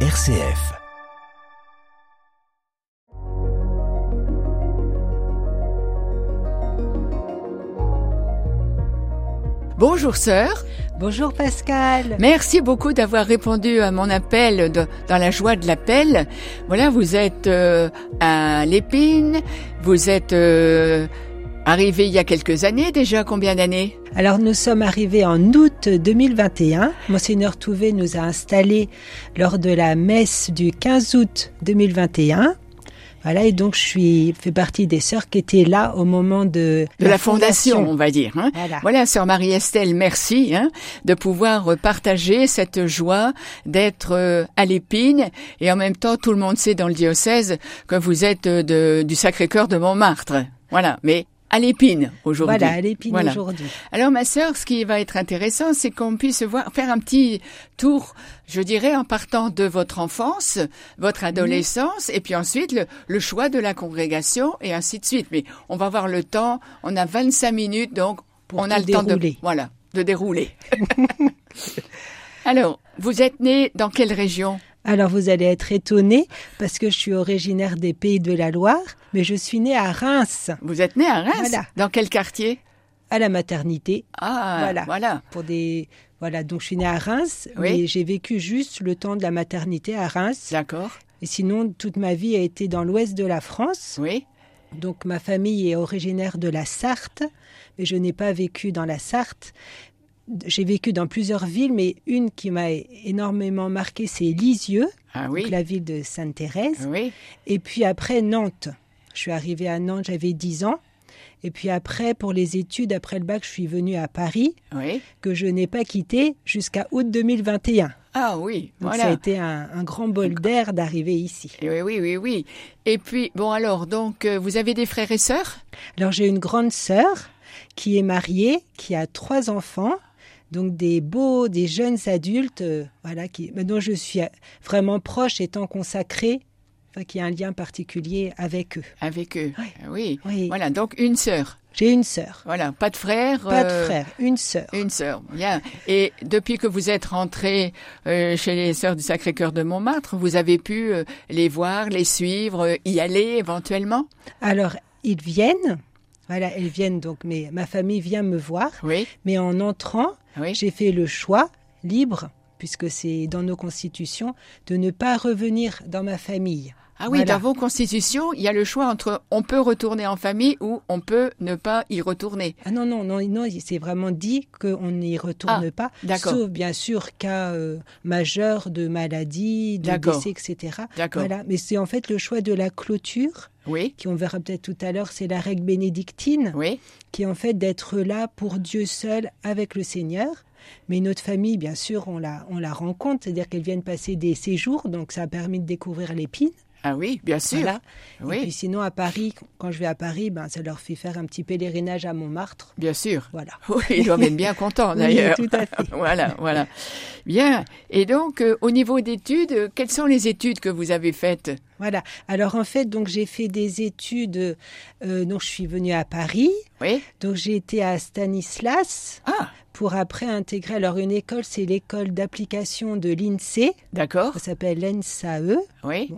RCF. Bonjour sœur, Bonjour Pascal. merci beaucoup d'avoir répondu à mon appel de- dans la joie de l'appel. Voilà, vous êtes euh, à l'épine, vous êtes euh, arrivé il y a quelques années déjà, combien d'années Alors nous sommes arrivés en août 2021. Monseigneur Touvet nous a installés lors de la messe du 15 août 2021. Voilà, et donc je suis fais partie des sœurs qui étaient là au moment de, De la, fondation, on va dire. hein. Voilà. Voilà, sœur Marie-Estelle, merci hein, de pouvoir euh, partager cette joie d'être euh, à l'épine et en même temps, tout le monde sait dans le diocèse que vous êtes euh, de- du Sacré-Cœur de Montmartre. Voilà, mais à l'épine aujourd'hui. Voilà, à l'épine Voilà. aujourd'hui. Alors ma sœur, ce qui va être intéressant, c'est qu'on puisse voir faire un petit tour, je dirais, en partant de votre enfance, votre adolescence, et puis ensuite le, le choix de la congrégation et ainsi de suite. Mais on va voir le temps. On a 25 minutes, donc Pour on a le tout temps de dérouler. voilà de dérouler. Alors, vous êtes né dans quelle région Alors vous allez être étonnés parce que je suis originaire des Pays de la Loire, mais je suis née à Reims, Vous êtes né à Reims. Voilà. Dans quel quartier à la maternité. Ah, Voilà. voilà. pour des voilà donc je suis née à Reims Oui. mais j'ai vécu juste le temps de la maternité à Reims D'accord. et sinon toute ma vie a été dans l'ouest de la France Oui. donc ma famille est originaire de la Sarthe mais je n'ai pas vécu dans la Sarthe j'ai vécu dans plusieurs villes mais une qui m'a énormément marquée c'est Lisieux Ah donc oui. Ah la ville de Sainte-Thérèse Oui. et puis après Nantes je suis arrivée à Nantes j'avais 10 ans et puis après pour les études après le bac je suis venue à Paris Oui. que je n'ai pas quitté jusqu'à août 2021. Ah oui. Donc voilà. ça a été un, un grand bol d'air d'arriver ici. Et Oui, oui, oui, oui. Et puis, bon alors, donc, euh, vous avez des frères et sœurs Alors j'ai une grande sœur qui est mariée, qui a trois enfants, donc des beaux, des jeunes adultes, euh, voilà, qui, dont je suis euh, vraiment proche étant consacrée, enfin qui a un lien particulier avec eux. avec eux. Oui. Ah Oui. Oui, Voilà, donc une sœur. j'ai une sœur, Voilà, pas de frère. pas euh, de frère, une sœur. Une sœur, bien. Et depuis que vous êtes rentrée euh, chez les sœurs du Sacré-Cœur de Montmartre, vous avez pu euh, les voir, les suivre, euh, y aller éventuellement Alors ils viennent, voilà, elles viennent donc, mais ma famille vient me voir, Oui, mais en entrant, oui. J'ai fait le choix libre, puisque c'est dans nos constitutions, de ne pas revenir dans ma famille. Ah oui, Voilà. dans vos constitutions, il y a le choix entre on peut retourner en famille ou on peut ne pas y retourner. Ah non, non, non, non, c'est vraiment dit qu'on n'y retourne pas, Ah, d'accord. sauf bien sûr cas euh, majeur de maladie, de D'accord. décès, etc. D'accord. Voilà, mais c'est en fait le choix de la clôture, Oui, qui on verra peut-être tout à l'heure, c'est la règle bénédictine, oui, qui est en fait d'être là pour Dieu seul avec le Seigneur. Mais notre famille, bien sûr, on la, on la rencontre, c'est-à-dire qu'elles viennent passer des séjours, donc ça a permis de découvrir l'épine. ah oui, bien sûr. Voilà. Et puis Oui, sinon, à Paris, quand je vais à Paris, ben, ça leur fait faire un petit pèlerinage à Montmartre. bien sûr. Voilà. Oui, ils doivent être bien contents Oui, d'ailleurs. tout à fait. voilà, voilà. Bien. Et donc, euh, au niveau d'études, euh, quelles sont les études que vous avez faites Voilà. Alors en fait, donc j'ai fait des études. euh, donc je suis venue à Paris. Oui. Donc j'ai été à Stanislas Ah, pour après intégrer alors une école. C'est l'école d'application de l'INSEE. d'accord. Ça s'appelle l'ENSAE. Oui. E.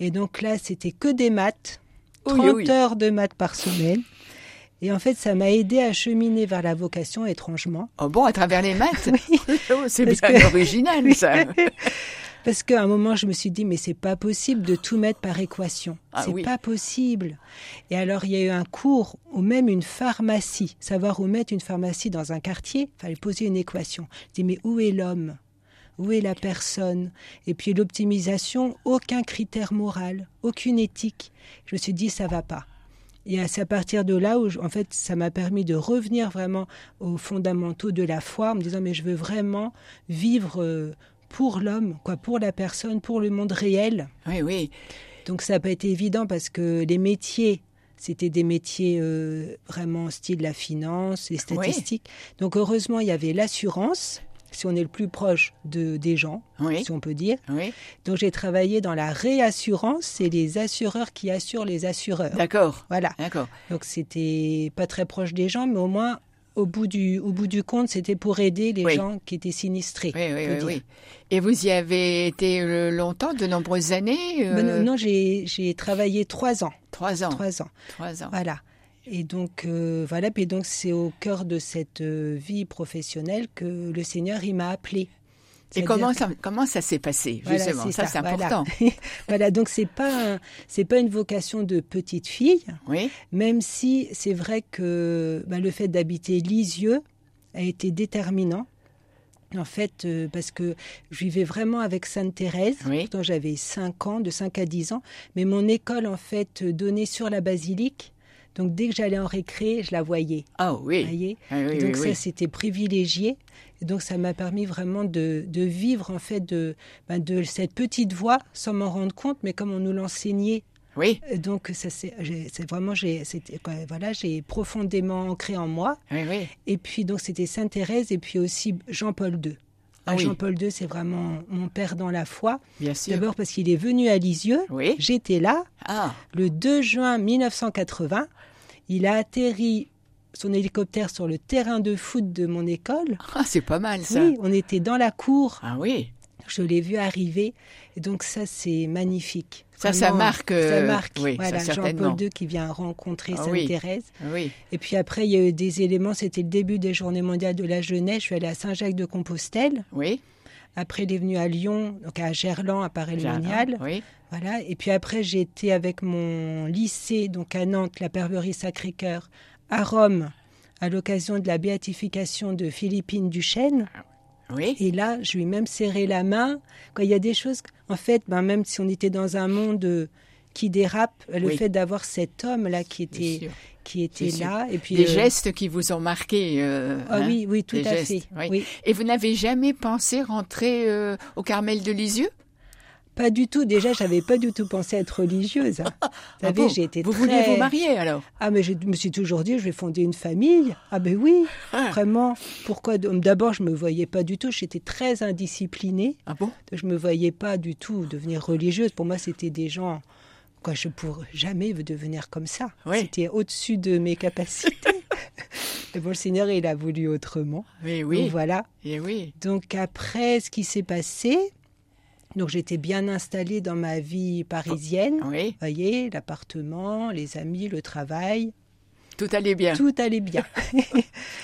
Et donc là, c'était que des maths. Oui, 30 oui. heures de maths par semaine. Et en fait, ça m'a aidé à cheminer vers la vocation, étrangement. Oh bon, à travers les maths. Oh, c'est bien Parce que- original ça. Parce qu'à un moment, je me suis dit, mais c'est pas possible de tout mettre par équation. Ah c'est oui. pas possible. Et alors, il y a eu un cours, ou même une pharmacie. Savoir où mettre une pharmacie dans un quartier, fallait poser une équation. Je dis, mais où est l'homme Où est la personne Et puis, l'optimisation, aucun critère moral, aucune éthique. Je me suis dit, ça va pas. Et c'est à partir de là où, je- en fait, ça m'a permis de revenir vraiment aux fondamentaux de la foi, en me disant, mais je veux vraiment vivre euh, pour l'homme, quoi, pour la personne, pour le monde réel. Oui, oui. Donc ça n'a pas été évident parce que les métiers, c'était des métiers euh, vraiment style la finance, Ah les statistiques. Donc heureusement, il y avait l'assurance, si on est le plus proche de, des gens, Oui. si on peut dire. Oui. Donc j'ai travaillé dans la réassurance, c'est les assureurs qui assurent les assureurs. D'accord. Voilà. D'accord. Donc c'était pas très proche des gens, mais au moins au bout du, au bout du compte, c'était pour aider les Oui. gens qui étaient sinistrés. Oui, oui, on peut oui, oui. dire. Et vous y avez été euh, longtemps, de nombreuses années euh, Ben non, non, j'ai j'ai travaillé trois ans. Trois ans. Trois ans. Trois ans. Voilà. Et donc, euh, voilà. Puis donc, c'est au cœur de cette euh, vie professionnelle que le Seigneur, il m'a appelé. Et C'est-à-dire comment ça, comment ça s'est passé, Voilà, justement c'est Ça, ça, c'est voilà. important. Voilà, donc c'est pas un- c'est pas une vocation de petite fille, Oui, même si c'est vrai que bah, le fait d'habiter Lisieux a été déterminant. En fait, euh, parce que je vivais vraiment avec Sainte Thérèse. Oui. Pourtant, j'avais 5 ans, de 5 à 10 ans. Mais mon école, en fait, euh, donnait sur la basilique. Donc, dès que j'allais en récré, je la voyais. ah oui. voyez Ah, oui, Et donc oui, ça, oui. c'était privilégié. Et donc ça m'a permis vraiment de, de vivre en fait de, ben, de cette petite voix sans m'en rendre compte, mais comme on nous l'enseignait. Oui, Et Donc ça c'est j'ai- c'est vraiment j'ai c'était- quoi, voilà j'ai profondément ancré en moi. oui, oui. Et puis donc c'était Sainte Thérèse et puis aussi Jean-Paul II. Ah oui. Jean-Paul II, c'est vraiment mon père dans la foi. bien sûr. D'abord parce qu'il est venu à Lisieux. Oui. J'étais là Ah, le 2 juin 1980, il a atterri son hélicoptère sur le terrain de foot de mon école. ah, c'est pas mal, ça. Oui, on était dans la cour, Ah oui, je l'ai vu arriver. Et donc ça, c'est magnifique. Ça, ça marque, Ça euh, marque. oui, ça, voilà, certainement. Jean-Paul II qui vient rencontrer Ah Sainte oui. Thérèse. oui. Et puis après, il y a eu des éléments. C'était le début des Journées mondiales de la jeunesse. Je suis allée à Saint-Jacques-de-Compostelle. Oui, Après, il est venu à Lyon, donc à Gerland, à paris Jean- monial Oui, Voilà. Et puis après, j'ai été avec mon lycée, donc à Nantes, la Perverie Sacré-Cœur, à Rome, à l'occasion de la béatification de Philippine Duchesne. oui, Et là, je lui ai même serré la main. Quoi, il y a des choses, en fait, ben, même si on était dans un monde euh, qui dérape, le Oui. fait d'avoir cet homme-là qui bien était, sûr. qui était sûr. là. Et puis, Des euh, gestes qui vous ont marqué. euh, Ah hein. oui, oui, tout des à gestes, fait. oui. Oui. Et vous n'avez jamais pensé rentrer euh, au Carmel de Lisieux Pas du tout. Déjà, j'avais pas du tout pensé à être religieuse. hein. Vous Ah savez, bon j'ai été Vous très... vouliez vous marier, alors Ah, mais je me suis toujours dit, je vais fonder une famille. Ah, ben oui, Ah. vraiment. Pourquoi de- D'abord, je me voyais pas du tout. J'étais très indisciplinée. Ah bon Je me voyais pas du tout devenir religieuse. Pour moi, c'était des gens. Quoi, je pourrais jamais devenir comme ça. Oui. C'était au-dessus de mes capacités. Mais bon, le Seigneur, il a voulu autrement. Mais Donc, Eh oui, voilà. et oui. Donc, après, ce qui s'est passé. Donc, j'étais bien installée dans ma vie parisienne. Oui, Vous voyez, l'appartement, les amis, le travail. tout allait bien. Tout allait bien.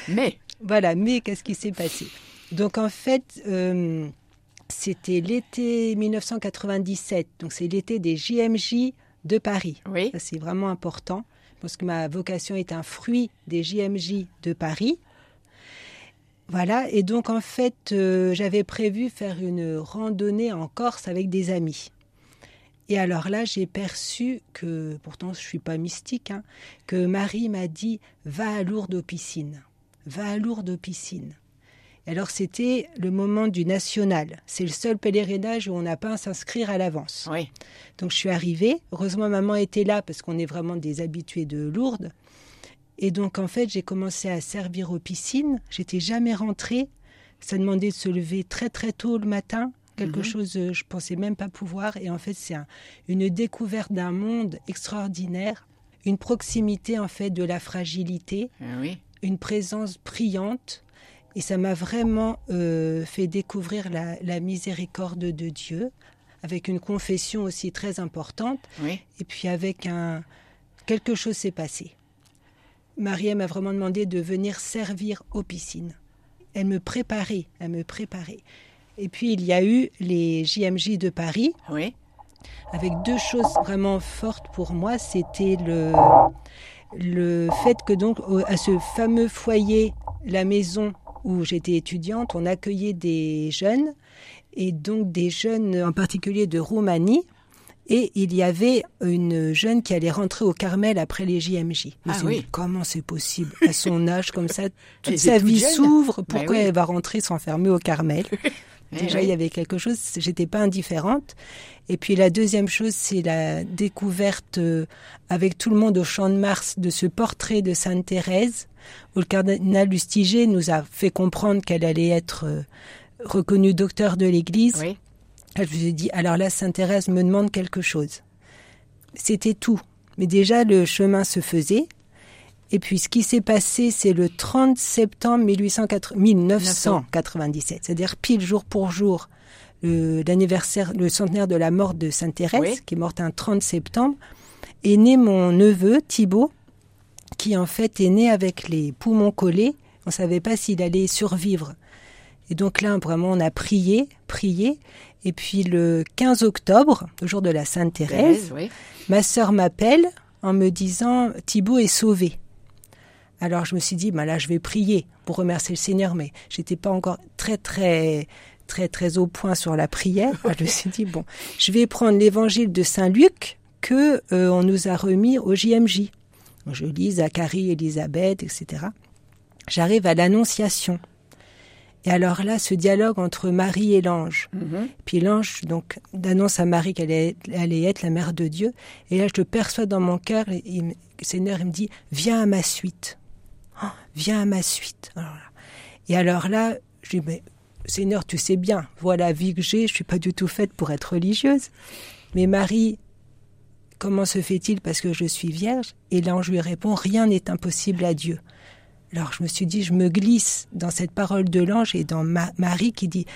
Mais, Voilà, mais qu'est-ce qui s'est passé Donc en fait, euh, c'était l'été 1997, donc c'est l'été des JMJ de Paris. oui, Ça, c'est vraiment important, parce que ma vocation est un fruit des JMJ de Paris. Voilà, et donc en fait, euh, j'avais prévu faire une randonnée en Corse avec des amis. Et alors là, j'ai perçu que, pourtant je suis pas mystique, hein, que Marie m'a dit va à Lourdes aux piscines, va à Lourdes aux piscines. Et alors c'était le moment du national, c'est le seul pèlerinage où on n'a pas à s'inscrire à l'avance. oui. Donc je suis arrivée. Heureusement, maman était là parce qu'on est vraiment des habitués de Lourdes. Et donc en fait, j'ai commencé à servir aux piscines. J'étais jamais rentrée. Ça demandait de se lever très très tôt le matin. Quelque Mhm. chose, euh, je pensais même pas pouvoir. Et en fait, c'est un- une découverte d'un monde extraordinaire, une proximité en fait de la fragilité, Ah oui. une présence brillante. Et ça m'a vraiment euh, fait découvrir la, la miséricorde de Dieu, avec une confession aussi très importante. Oui, Et puis avec un... Quelque chose s'est passé. Marie m'a vraiment demandé de venir servir aux piscines. Elle me préparait, elle me préparait. Et puis il y a eu les JMJ de Paris, oui, avec deux choses vraiment fortes pour moi. C'était le, le fait que donc au- à ce fameux foyer, la maison où j'étais étudiante, on accueillait des jeunes et donc des jeunes en particulier de Roumanie. Et il y avait une jeune qui allait rentrer au Carmel après les JMJ. Je Ah me suis dit, oui. mais Comment c'est possible à son âge comme ça était Toute sa toute vie jeune. Bah s'ouvre. Pourquoi oui. elle va rentrer s'enfermer au Carmel Eh Déjà, oui. il y avait quelque chose, j'étais pas indifférente. Et puis la deuxième chose, c'est la découverte euh, avec tout le monde au Champ de Mars de ce portrait de Sainte Thérèse, où le cardinal Lustiger nous a fait comprendre qu'elle allait être euh, reconnue docteur de l'Église. oui. Je me suis dit, alors là, Sainte Thérèse me demande quelque chose. C'était tout. Mais déjà, le chemin se faisait. Et puis ce qui s'est passé, c'est le 30 septembre 1880 1997, c'est-à-dire pile jour pour jour euh, l'anniversaire, le centenaire de la mort de Sainte Thérèse, Oui. qui est morte un 30 septembre, est né mon neveu Thibaut, qui en fait est né avec les poumons collés. On ne savait pas s'il allait survivre. Et donc là, vraiment, on a prié, prié. Et puis le 15 octobre, le jour de la Sainte Thérèse, Thérèse, oui. Ma sœur m'appelle en me disant Thibaut est sauvé. Alors je me suis dit bah là je vais prier pour remercier le Seigneur, mais j'étais pas encore très très très très au point sur la prière. Alors, je me suis dit bon, je vais prendre l'Évangile de Saint Luc que euh, on nous a remis au JMJ. Donc, Je lis Zacharie, Élisabeth, etc. J'arrive à l'Annonciation. Et alors là, ce dialogue entre Marie et l'ange. Mhm. Puis l'ange donc annonce à Marie qu'elle allait, allait être la mère de Dieu. Et là, je le perçois dans mon cœur. et il me- le Seigneur, il me dit Viens à ma suite. Oh, viens à ma suite. Alors là. Et alors là, je lui dis Mais Seigneur, tu sais bien, voilà la vie que j'ai, je suis pas du tout faite pour être religieuse. Mais Marie, comment se fait-il parce que je suis vierge Et l'ange lui répond Rien n'est impossible à Dieu. Alors je me suis dit, je me glisse dans cette parole de l'ange et dans Ma- Marie qui dit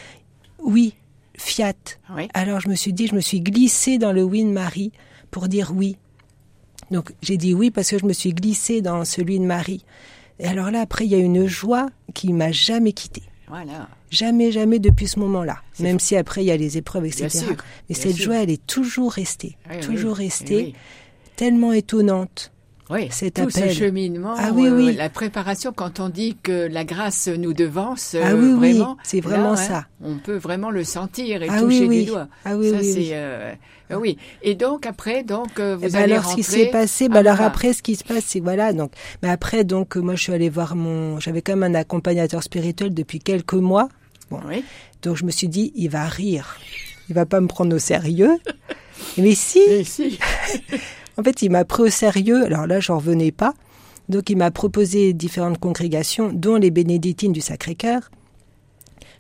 oui, fiat. Oui. Alors je me suis dit, je me suis glissée dans le oui de Marie pour dire oui. Donc j'ai dit oui parce que je me suis glissée dans celui de Marie. Et alors là, après, il y a une joie qui m'a jamais quittée. Voilà. Jamais, jamais depuis ce moment-là. C'est Même si après, il y a les épreuves, etc. sûr, Mais bien cette sûr. Ah joie, elle est toujours restée. Oui, toujours oui, Eh restée. oui. Tellement étonnante. Oui, Cet tout appel. ce cheminement, Ah oui, euh, oui. la préparation, quand on dit que la grâce nous devance, Ah euh, oui, oui, vraiment, c'est vraiment là, ça. hein, on peut vraiment le sentir et Ah oui, toucher oui. du doigt. Ah oui, ça, oui, c'est, oui. euh, euh, oui. Et donc après, donc euh, vous Eh ben allez alors rentrer. ce qui s'est passé, bah Ah, alors voilà. après ce qui se passe, c'est voilà donc. Mais après donc euh, moi je suis allée voir mon, j'avais quand même un accompagnateur spirituel depuis quelques mois, Oui. donc je me suis dit il va rire, il va pas me prendre au sérieux. Mais si, Et si. en fait il m'a pris au sérieux. Alors là j'en revenais pas. Donc il m'a proposé différentes congrégations, dont les bénédictines du Sacré-Cœur.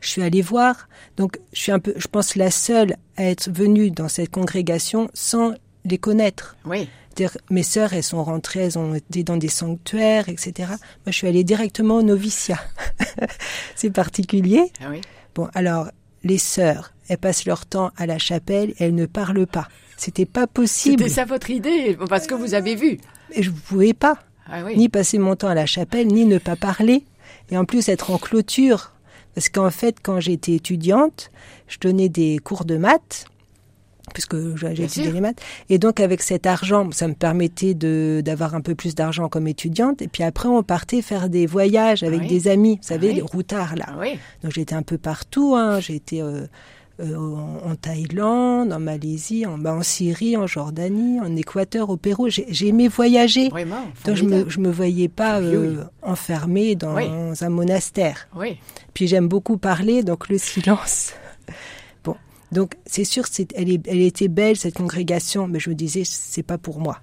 Je suis allée voir. Donc je suis un peu, je pense la seule à être venue dans cette congrégation sans les connaître. Oui. C'est-à-dire, mes sœurs, elles sont rentrées, elles ont été dans des sanctuaires, etc. Moi, je suis allée directement au noviciat. C'est particulier. Ah oui. Bon, alors, les sœurs, elles passent leur temps à la chapelle, elles ne parlent pas. C'était pas possible. C'était ça votre idée, parce que vous avez vu. Et je ne pouvais pas Ah oui. ni passer mon temps à la chapelle, ni ne pas parler. Et en plus, être en clôture. Parce qu'en fait, quand j'étais étudiante, je donnais des cours de maths, puisque j'ai étudié sûr. les maths. Et donc, avec cet argent, ça me permettait de- d'avoir un peu plus d'argent comme étudiante. Et puis après, on partait faire des voyages avec Oui. des amis, vous savez, oui. les routards, là. Ah oui. Donc j'étais un peu partout. Hein. J'étais euh, euh, en, en Thaïlande, en Malaisie, en, bah, en Syrie, en Jordanie, en Équateur, au Pérou. J'ai- J'aimais voyager. Vraiment. Donc je formidable. me, je me voyais pas Vieux. euh, enfermée dans Oui. un monastère. Oui. Puis j'aime beaucoup parler, donc le silence. bon, donc c'est sûr, c'est, elle, est- elle était belle cette congrégation, mais je me disais c'est pas pour moi.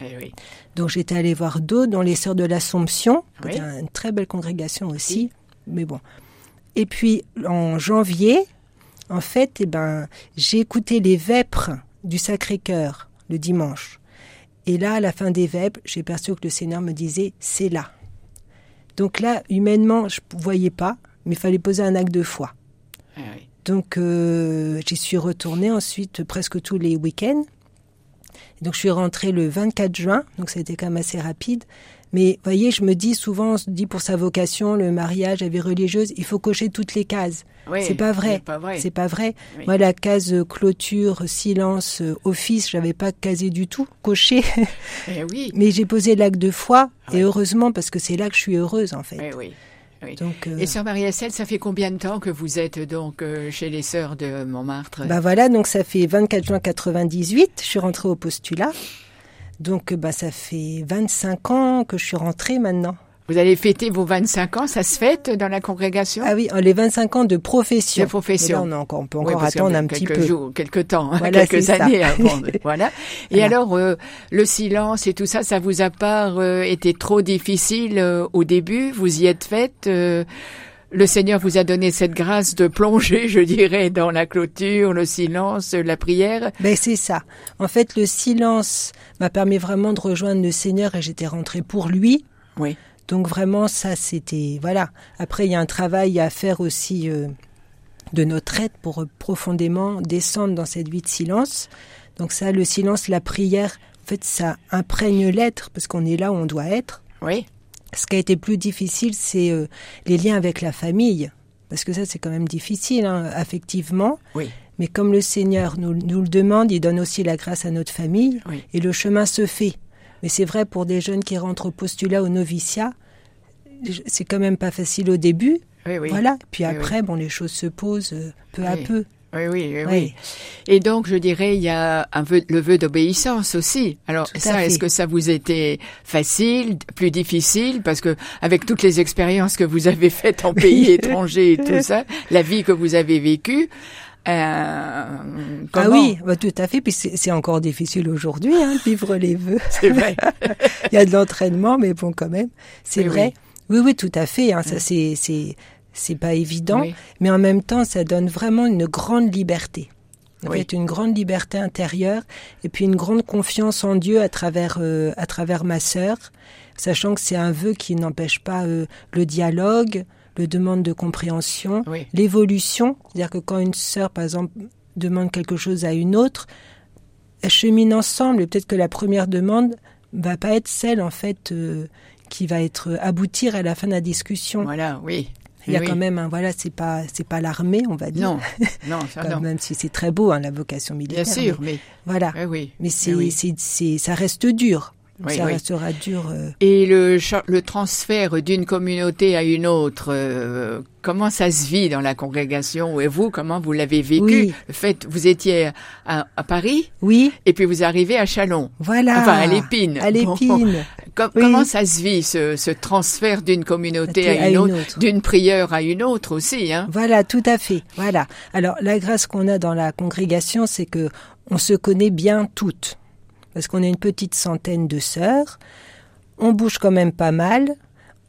Eh oui. Donc j'étais allée voir d'autres, dont les Sœurs de l'Assomption, Oui. qui est une très belle congrégation aussi. Mais bon. Et puis en janvier, en fait, eh ben, j'ai écouté les vêpres du Sacré-Cœur le dimanche. Et là, à la fin des vêpres, j'ai perçu que le Seigneur me disait c'est là. Donc là, humainement, je ne voyais pas, mais il fallait poser un acte de foi. Ah oui. Donc euh, j'y suis retournée ensuite presque tous les week-ends. Donc je suis rentrée le 24 juin, donc ça a été quand même assez rapide. Mais voyez, je me dis souvent, on se dit pour sa vocation, le mariage, la vie religieuse, il faut cocher toutes les cases. Oui, c'est pas vrai. c'est pas vrai. C'est pas vrai. Oui. Moi, la case euh, clôture, silence, euh, office, j'avais pas casé du tout, coché. Eh oui. Mais j'ai posé l'acte de foi, ouais. et heureusement, parce que c'est là que je suis heureuse, en fait. Eh oui. oui. Donc, euh, Et sœur Marie-Estelle, ça fait combien de temps que vous êtes donc euh, chez les sœurs de Montmartre Bah voilà, donc ça fait 24 juin 98, je suis rentrée au postulat. Donc euh, bah ça fait 25 ans que je suis rentrée maintenant. Vous allez fêter vos 25 ans, ça se fête dans la congrégation Ah oui, euh, les 25 ans de profession. De profession. Mais là, on, a encore, on peut Oui, encore parce qu'il y a attendre un petit quelques peu. Jours, quelques temps, hein, Voilà, quelques c'est ça. années avant. de- voilà. Et Voilà. alors, euh, le silence et tout ça, ça vous a pas euh, été trop difficile euh, au début Vous y êtes faite euh, Le Seigneur vous a donné cette grâce de plonger, je dirais, dans la clôture, le silence, euh, la prière. Ben c'est ça. En fait, le silence m'a permis vraiment de rejoindre le Seigneur et j'étais rentrée pour lui. Oui. Donc vraiment, ça, c'était... Voilà. Après, il y a un travail à faire aussi euh, de notre aide pour euh, profondément descendre dans cette vie de silence. Donc ça, le silence, la prière, en fait, ça imprègne l'être, parce qu'on est là où on doit être. Oui. Ce qui a été plus difficile, c'est euh, les liens avec la famille, parce que ça, c'est quand même difficile, hein, affectivement. Oui. Mais comme le Seigneur nous, nous le demande, il donne aussi la grâce à notre famille, Oui. et le chemin se fait. Mais c'est vrai pour des jeunes qui rentrent au postulat, au noviciat, c'est quand même pas facile au début. Oui, oui. Voilà. Puis Oui, après, bon, les choses se posent euh, peu à Oui. peu. Oui, oui, oui, Oui. oui. Et donc, je dirais, il y a un vœu, le vœu d'obéissance aussi. Alors, Tout à ça, fait. est-ce que ça vous était facile, plus difficile, parce que avec toutes les expériences que vous avez faites en pays étranger et tout ça, la vie que vous avez vécue, euh, Ah comment oui, bah, tout à fait. Puis c'est c'est encore difficile aujourd'hui hein, de vivre les vœux. c'est vrai. Il y a de l'entraînement, mais bon, quand même, c'est Oui, Mm. vrai. Oui. oui, tout à fait. hein, ça, c'est, c'est, c'est pas évident, Oui. mais en même temps, ça donne vraiment une grande liberté. En Oui. fait, une grande liberté intérieure et puis une grande confiance en Dieu à travers, euh, à travers ma sœur, sachant que c'est un vœu qui n'empêche pas euh, le dialogue, le demande de compréhension, Oui. l'évolution, c'est-à-dire que quand une sœur, par exemple, demande quelque chose à une autre, elles cheminent ensemble et peut-être que la première demande va pas être celle en fait euh, qui va être euh, aboutir à la fin de la discussion. Voilà, oui. Il y a Oui. quand même un voilà, c'est pas c'est pas l'armée, on va dire. Non, non, ça Quand non. même si c'est très beau hein, la vocation militaire. Bien sûr, mais mais voilà. oui, oui. Mais c'est oui. c'est c'est ça reste dur. Oui, ça oui. restera dur. euh, Et le, cha- le transfert d'une communauté à une autre, euh, comment ça se vit dans la congrégation Et vous, comment vous l'avez vécu Oui. Le fait, vous étiez à, à Paris Oui, et puis vous arrivez à Chalon. voilà. Enfin, à l'épine. À l'épine. Bon. Com- Oui. Comment ça se vit, ce, ce transfert d'une communauté à, À une une autre, autre. d'une prieure à une autre aussi hein Voilà, tout à fait. Voilà. Alors la grâce qu'on a dans la congrégation, c'est que on se connaît bien toutes, parce qu'on est une petite centaine de sœurs. On bouge quand même pas mal.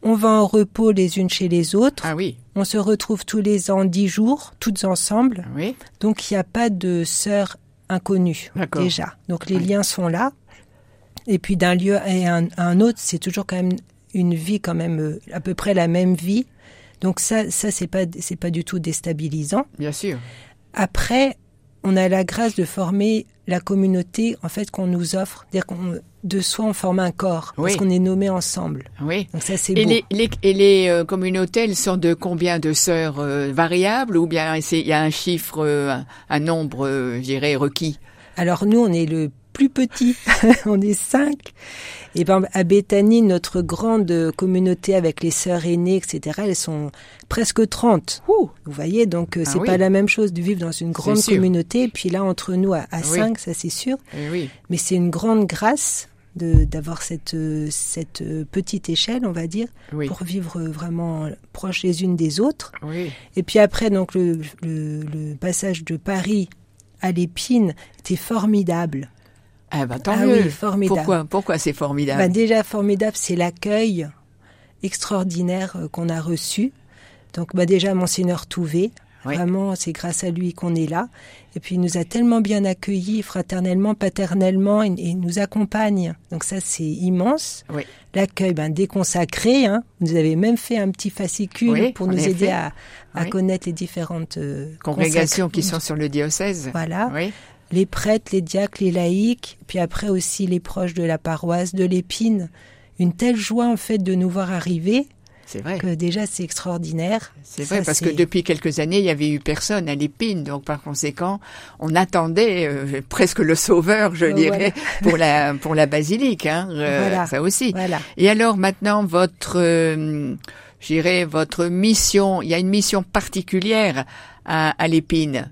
On va en repos les unes chez les autres. Ah oui, On se retrouve tous les ans dix jours, toutes ensemble. oui, Donc il n'y a pas de sœurs inconnues D'accord. déjà. Donc les Oui. liens sont là. Et puis d'un lieu à un, à un autre, c'est toujours quand même une vie quand même euh, à peu près la même vie. Donc ça, ça c'est pas c'est pas du tout déstabilisant. bien sûr. Après, on a la grâce de former la communauté en fait qu'on nous offre, c'est-à-dire qu'on de soi on forme un corps parce Oui. qu'on est nommé ensemble. Oui. Donc ça c'est Et beau. les, les- et les euh, communautés, elles sont de combien de sœurs euh, variables ou bien c'est- il y a un chiffre, euh, un, un nombre, euh, je dirais, requis Alors nous, on est le plus petit, on est cinq. Et ben à Béthanie, notre grande communauté avec les sœurs aînées, etc., elles sont presque 30. Vous voyez, donc euh, Ah c'est oui. pas la même chose de vivre dans une grande sûr. communauté. Et puis là, entre nous, à, à Oui. cinq, ça c'est sûr. Eh oui, Mais c'est une grande grâce de- d'avoir cette, euh, cette euh, petite échelle, on va dire, oui, pour vivre euh, vraiment proches les unes des autres. oui, Et puis après, donc le, le- le passage de Paris à l'épine était formidable. Ah bah tant ah mieux. oui, formidable. pourquoi, pourquoi c'est Bah, formidable Déjà formidable, c'est l'accueil extraordinaire euh, qu'on a reçu. Donc bah, déjà, monseigneur Touvet, Oui. vraiment, c'est grâce à lui qu'on est là. Et puis il nous a tellement bien accueillis, fraternellement, paternellement, et, et il nous accompagne. Donc ça, c'est immense. Oui. L'accueil, ben, dès qu'on sacré, hein, vous nous avez même fait un petit fascicule Oui, pour en nous aider effet. à, à Oui. connaître les différentes euh, Congrégations qui consacrées. sont sur le diocèse. Voilà Oui, les prêtres, les diacres, les laïcs, puis après aussi les proches de la paroisse, de l'épine. Une telle joie en fait de nous voir arriver c'est vrai. que déjà c'est extraordinaire. C'est Ça, vrai, parce que c'est- depuis quelques années, il n'y avait eu personne à l'épine. Donc, par conséquent, on attendait euh, presque le sauveur, je Euh, dirais, pour, la, pour la basilique. Hein, euh, Voilà. Ça aussi. Voilà. Et alors maintenant, votre, euh, je dirais, votre mission, il y a une mission particulière à, à l'épine.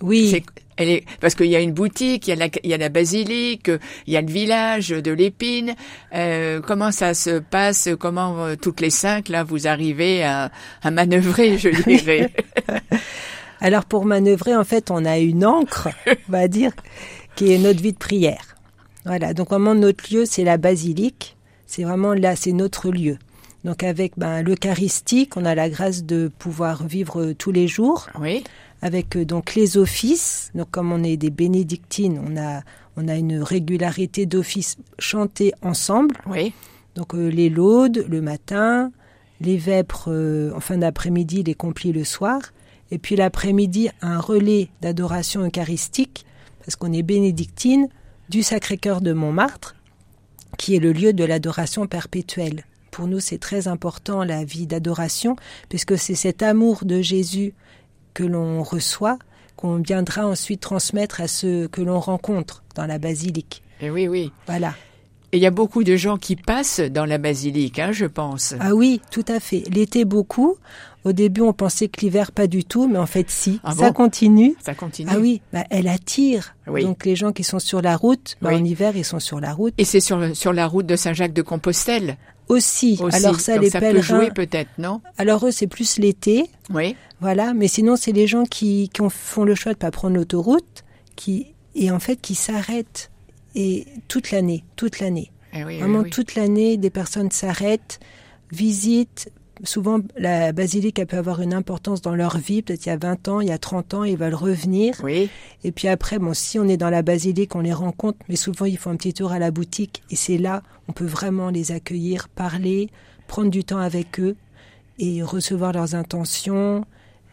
Oui, C'est- Elle est, parce qu'il y a une boutique, il y a la, il y a la basilique, il y a le village de l'épine. Euh, comment ça se passe Comment euh, toutes les cinq là vous arrivez à, à manœuvrer, je dirais alors pour manœuvrer, en fait, on a une encre, on va dire, qui est notre vie de prière. Voilà, donc vraiment notre lieu, c'est la basilique. C'est vraiment là, c'est notre lieu. Donc avec ben, l'Eucharistie, qu'on a la grâce de pouvoir vivre euh, tous les jours. Oui, avec euh, donc les offices. Donc comme on est des bénédictines, on a on a une régularité d'offices chantés ensemble. oui, Donc euh, les laudes le matin, les vêpres euh, en fin d'après-midi, les complis le soir, et puis l'après-midi un relais d'adoration eucharistique, parce qu'on est bénédictine, du Sacré-Cœur de Montmartre, qui est le lieu de l'adoration perpétuelle. Pour nous, c'est très important la vie d'adoration, puisque c'est cet amour de Jésus que l'on reçoit, qu'on viendra ensuite transmettre à ceux que l'on rencontre dans la basilique. Et oui, oui. Voilà. Et il y a beaucoup de gens qui passent dans la basilique, hein, je pense. Ah oui, tout à fait. L'été, beaucoup. Au début, on pensait que l'hiver, pas du tout, mais en fait, si. Ah ça bon continue. Ça continue. Ah oui, bah, elle attire. Oui. Donc les gens qui sont sur la route, bah, Oui. en hiver, ils sont sur la route. Et c'est sur, sur la route de Saint-Jacques de Compostelle Aussi, aussi. alors ça, Donc les ça peut pèlerins, jouer peut-être, non alors eux, c'est plus l'été. Oui. Voilà, mais sinon, c'est les gens qui, qui ont- font le choix de pas prendre l'autoroute qui, et en fait, qui s'arrêtent. Et toute l'année, toute l'année. Eh oui, oui, Vraiment oui. toute l'année, des personnes s'arrêtent, visitent. Souvent, la basilique elle peut avoir une importance dans leur vie. Peut-être il y a 20 ans, il y a 30 ans, ils veulent revenir. Oui, Et puis après, bon, si on est dans la basilique, on les rencontre, mais souvent ils font un petit tour à la boutique. Et c'est là, on peut vraiment les accueillir, parler, prendre du temps avec eux et recevoir leurs intentions.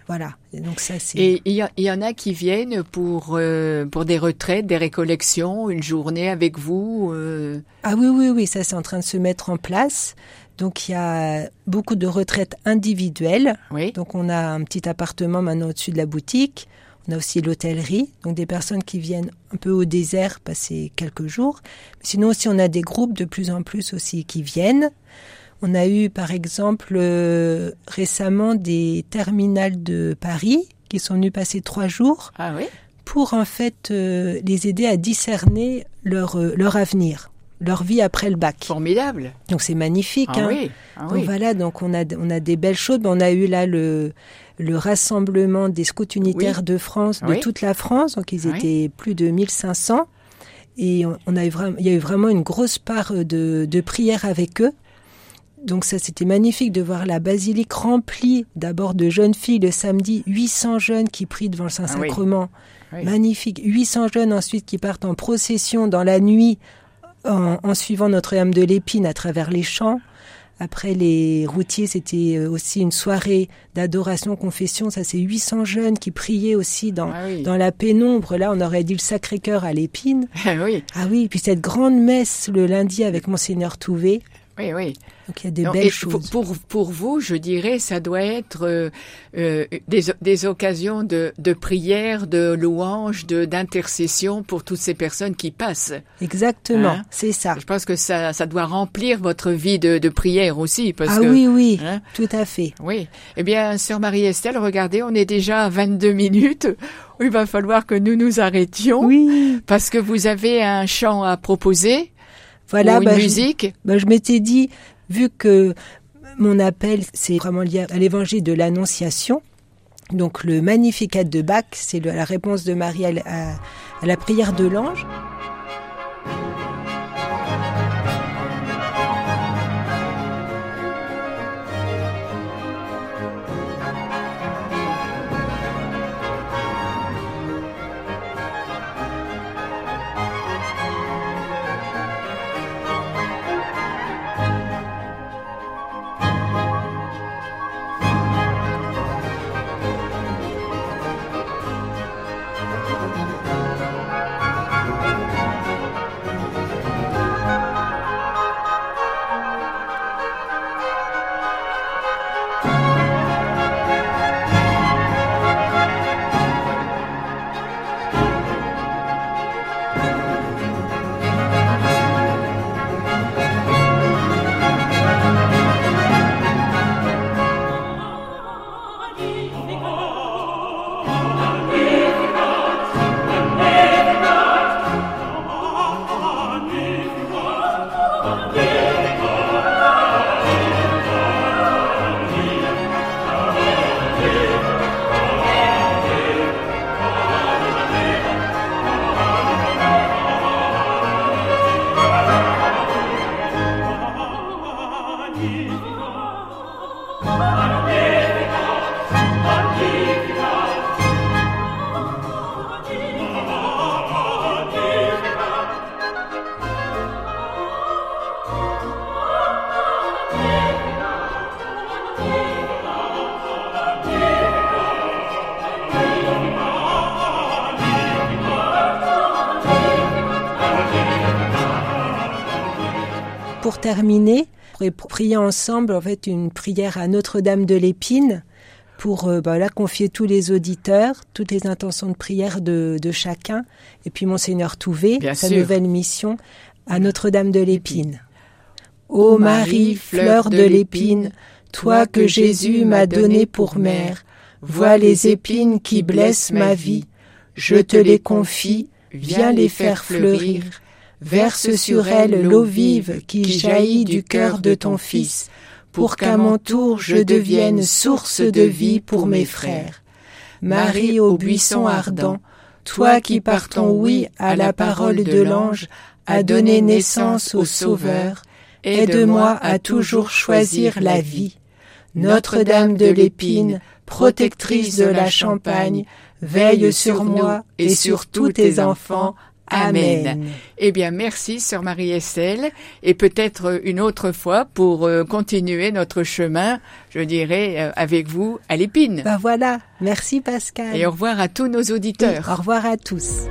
Voilà. Et donc ça, c'est. et il y, a- il y en a qui viennent pour euh, pour des retraites, des récollections, une journée avec vous. euh, Ah oui, oui, oui, ça c'est en train de se mettre en place. Donc il y a beaucoup de retraites individuelles. oui, Donc on a un petit appartement maintenant au-dessus de la boutique. On a aussi l'hôtellerie, donc des personnes qui viennent un peu au désert passer quelques jours. Sinon aussi on a des groupes de plus en plus aussi qui viennent. On a eu par exemple euh, récemment des terminales de Paris qui sont venus passer trois jours ah oui, pour en fait euh, les aider à discerner leur, euh, leur avenir, leur vie après le bac. formidable. Donc c'est magnifique. Ah hein. oui, ah Donc oui. voilà, donc on a, on a des belles choses. Ben, On a eu là le, le rassemblement des scouts unitaires de France, de Oui. toute la France. Donc ils Oui. étaient plus de 1500. Et on, on a eu vraiment, il y a eu vraiment une grosse part euh, de, de prières avec eux. Donc ça, c'était magnifique de voir la basilique remplie d'abord de jeunes filles le samedi, 800 jeunes qui prient devant le Saint-Sacrement. Ah Oui. Magnifique. 800 jeunes ensuite qui partent en procession dans la nuit en, en suivant Notre-Dame de l'Épine à travers les champs. Après les routiers, c'était euh, aussi une soirée d'adoration, confession. Ça, c'est 800 jeunes qui priaient aussi dans, Ah oui. dans la pénombre. Là, on aurait dit le Sacré-Cœur à l'épine. Ah oui, Ah oui, puis cette grande messe le lundi avec Monseigneur Touvet. oui, oui. Donc il y a des Non, et belles pour, choses. pour pour vous, je dirais, ça doit être euh, euh, des des occasions de de prière, de louange, de d'intercession pour toutes ces personnes qui passent. Exactement, Hein c'est ça. Je pense que ça ça doit remplir votre vie de de prière aussi parce Ah que oui, oui, hein. tout à fait. Oui. Eh bien, sœur Marie-Estelle, regardez, on est déjà à 22 minutes. Il va falloir que nous nous arrêtions. Oui. Parce que vous avez un chant à proposer. Voilà, ou une bah, je- musique. Ben, je m'étais dit, vu que mon appel, c'est vraiment lié à l'évangile de l'Annonciation, donc le Magnificat de Bach, c'est le- la réponse de Marie à, l- à- à la prière de l'ange. Thank Pour terminer, on prier ensemble en fait une prière à Notre-Dame de l'Épine pour euh, ben là, confier tous les auditeurs, toutes les intentions de prière de, de chacun, et puis Monseigneur Touvet, Bien sa sûr. nouvelle mission à Notre-Dame de l'Épine. Ô Marie, fleur de l'épine, toi que Jésus m'a donnée pour mère, vois les épines qui blessent ma vie, je te les confie, viens les faire fleurir. Verse sur elles l'eau vive qui jaillit du cœur de ton Fils, pour qu'à mon tour je devienne source de vie pour mes frères. Marie au buisson ardent, toi qui par ton oui à la parole de l'ange a donné naissance au Sauveur, aide-moi à toujours choisir la vie. Notre-Dame de l'Épine, protectrice de la Champagne, veille sur moi et sur tous tes enfants. Amen. Eh bien, merci, Sœur Marie-Estelle, et euh, peut-être une autre fois pour euh, continuer notre chemin, je dirais, euh, avec vous à l'épine. Bah, Ben voilà, merci Pascal. Et au revoir à tous nos auditeurs. Au revoir à tous.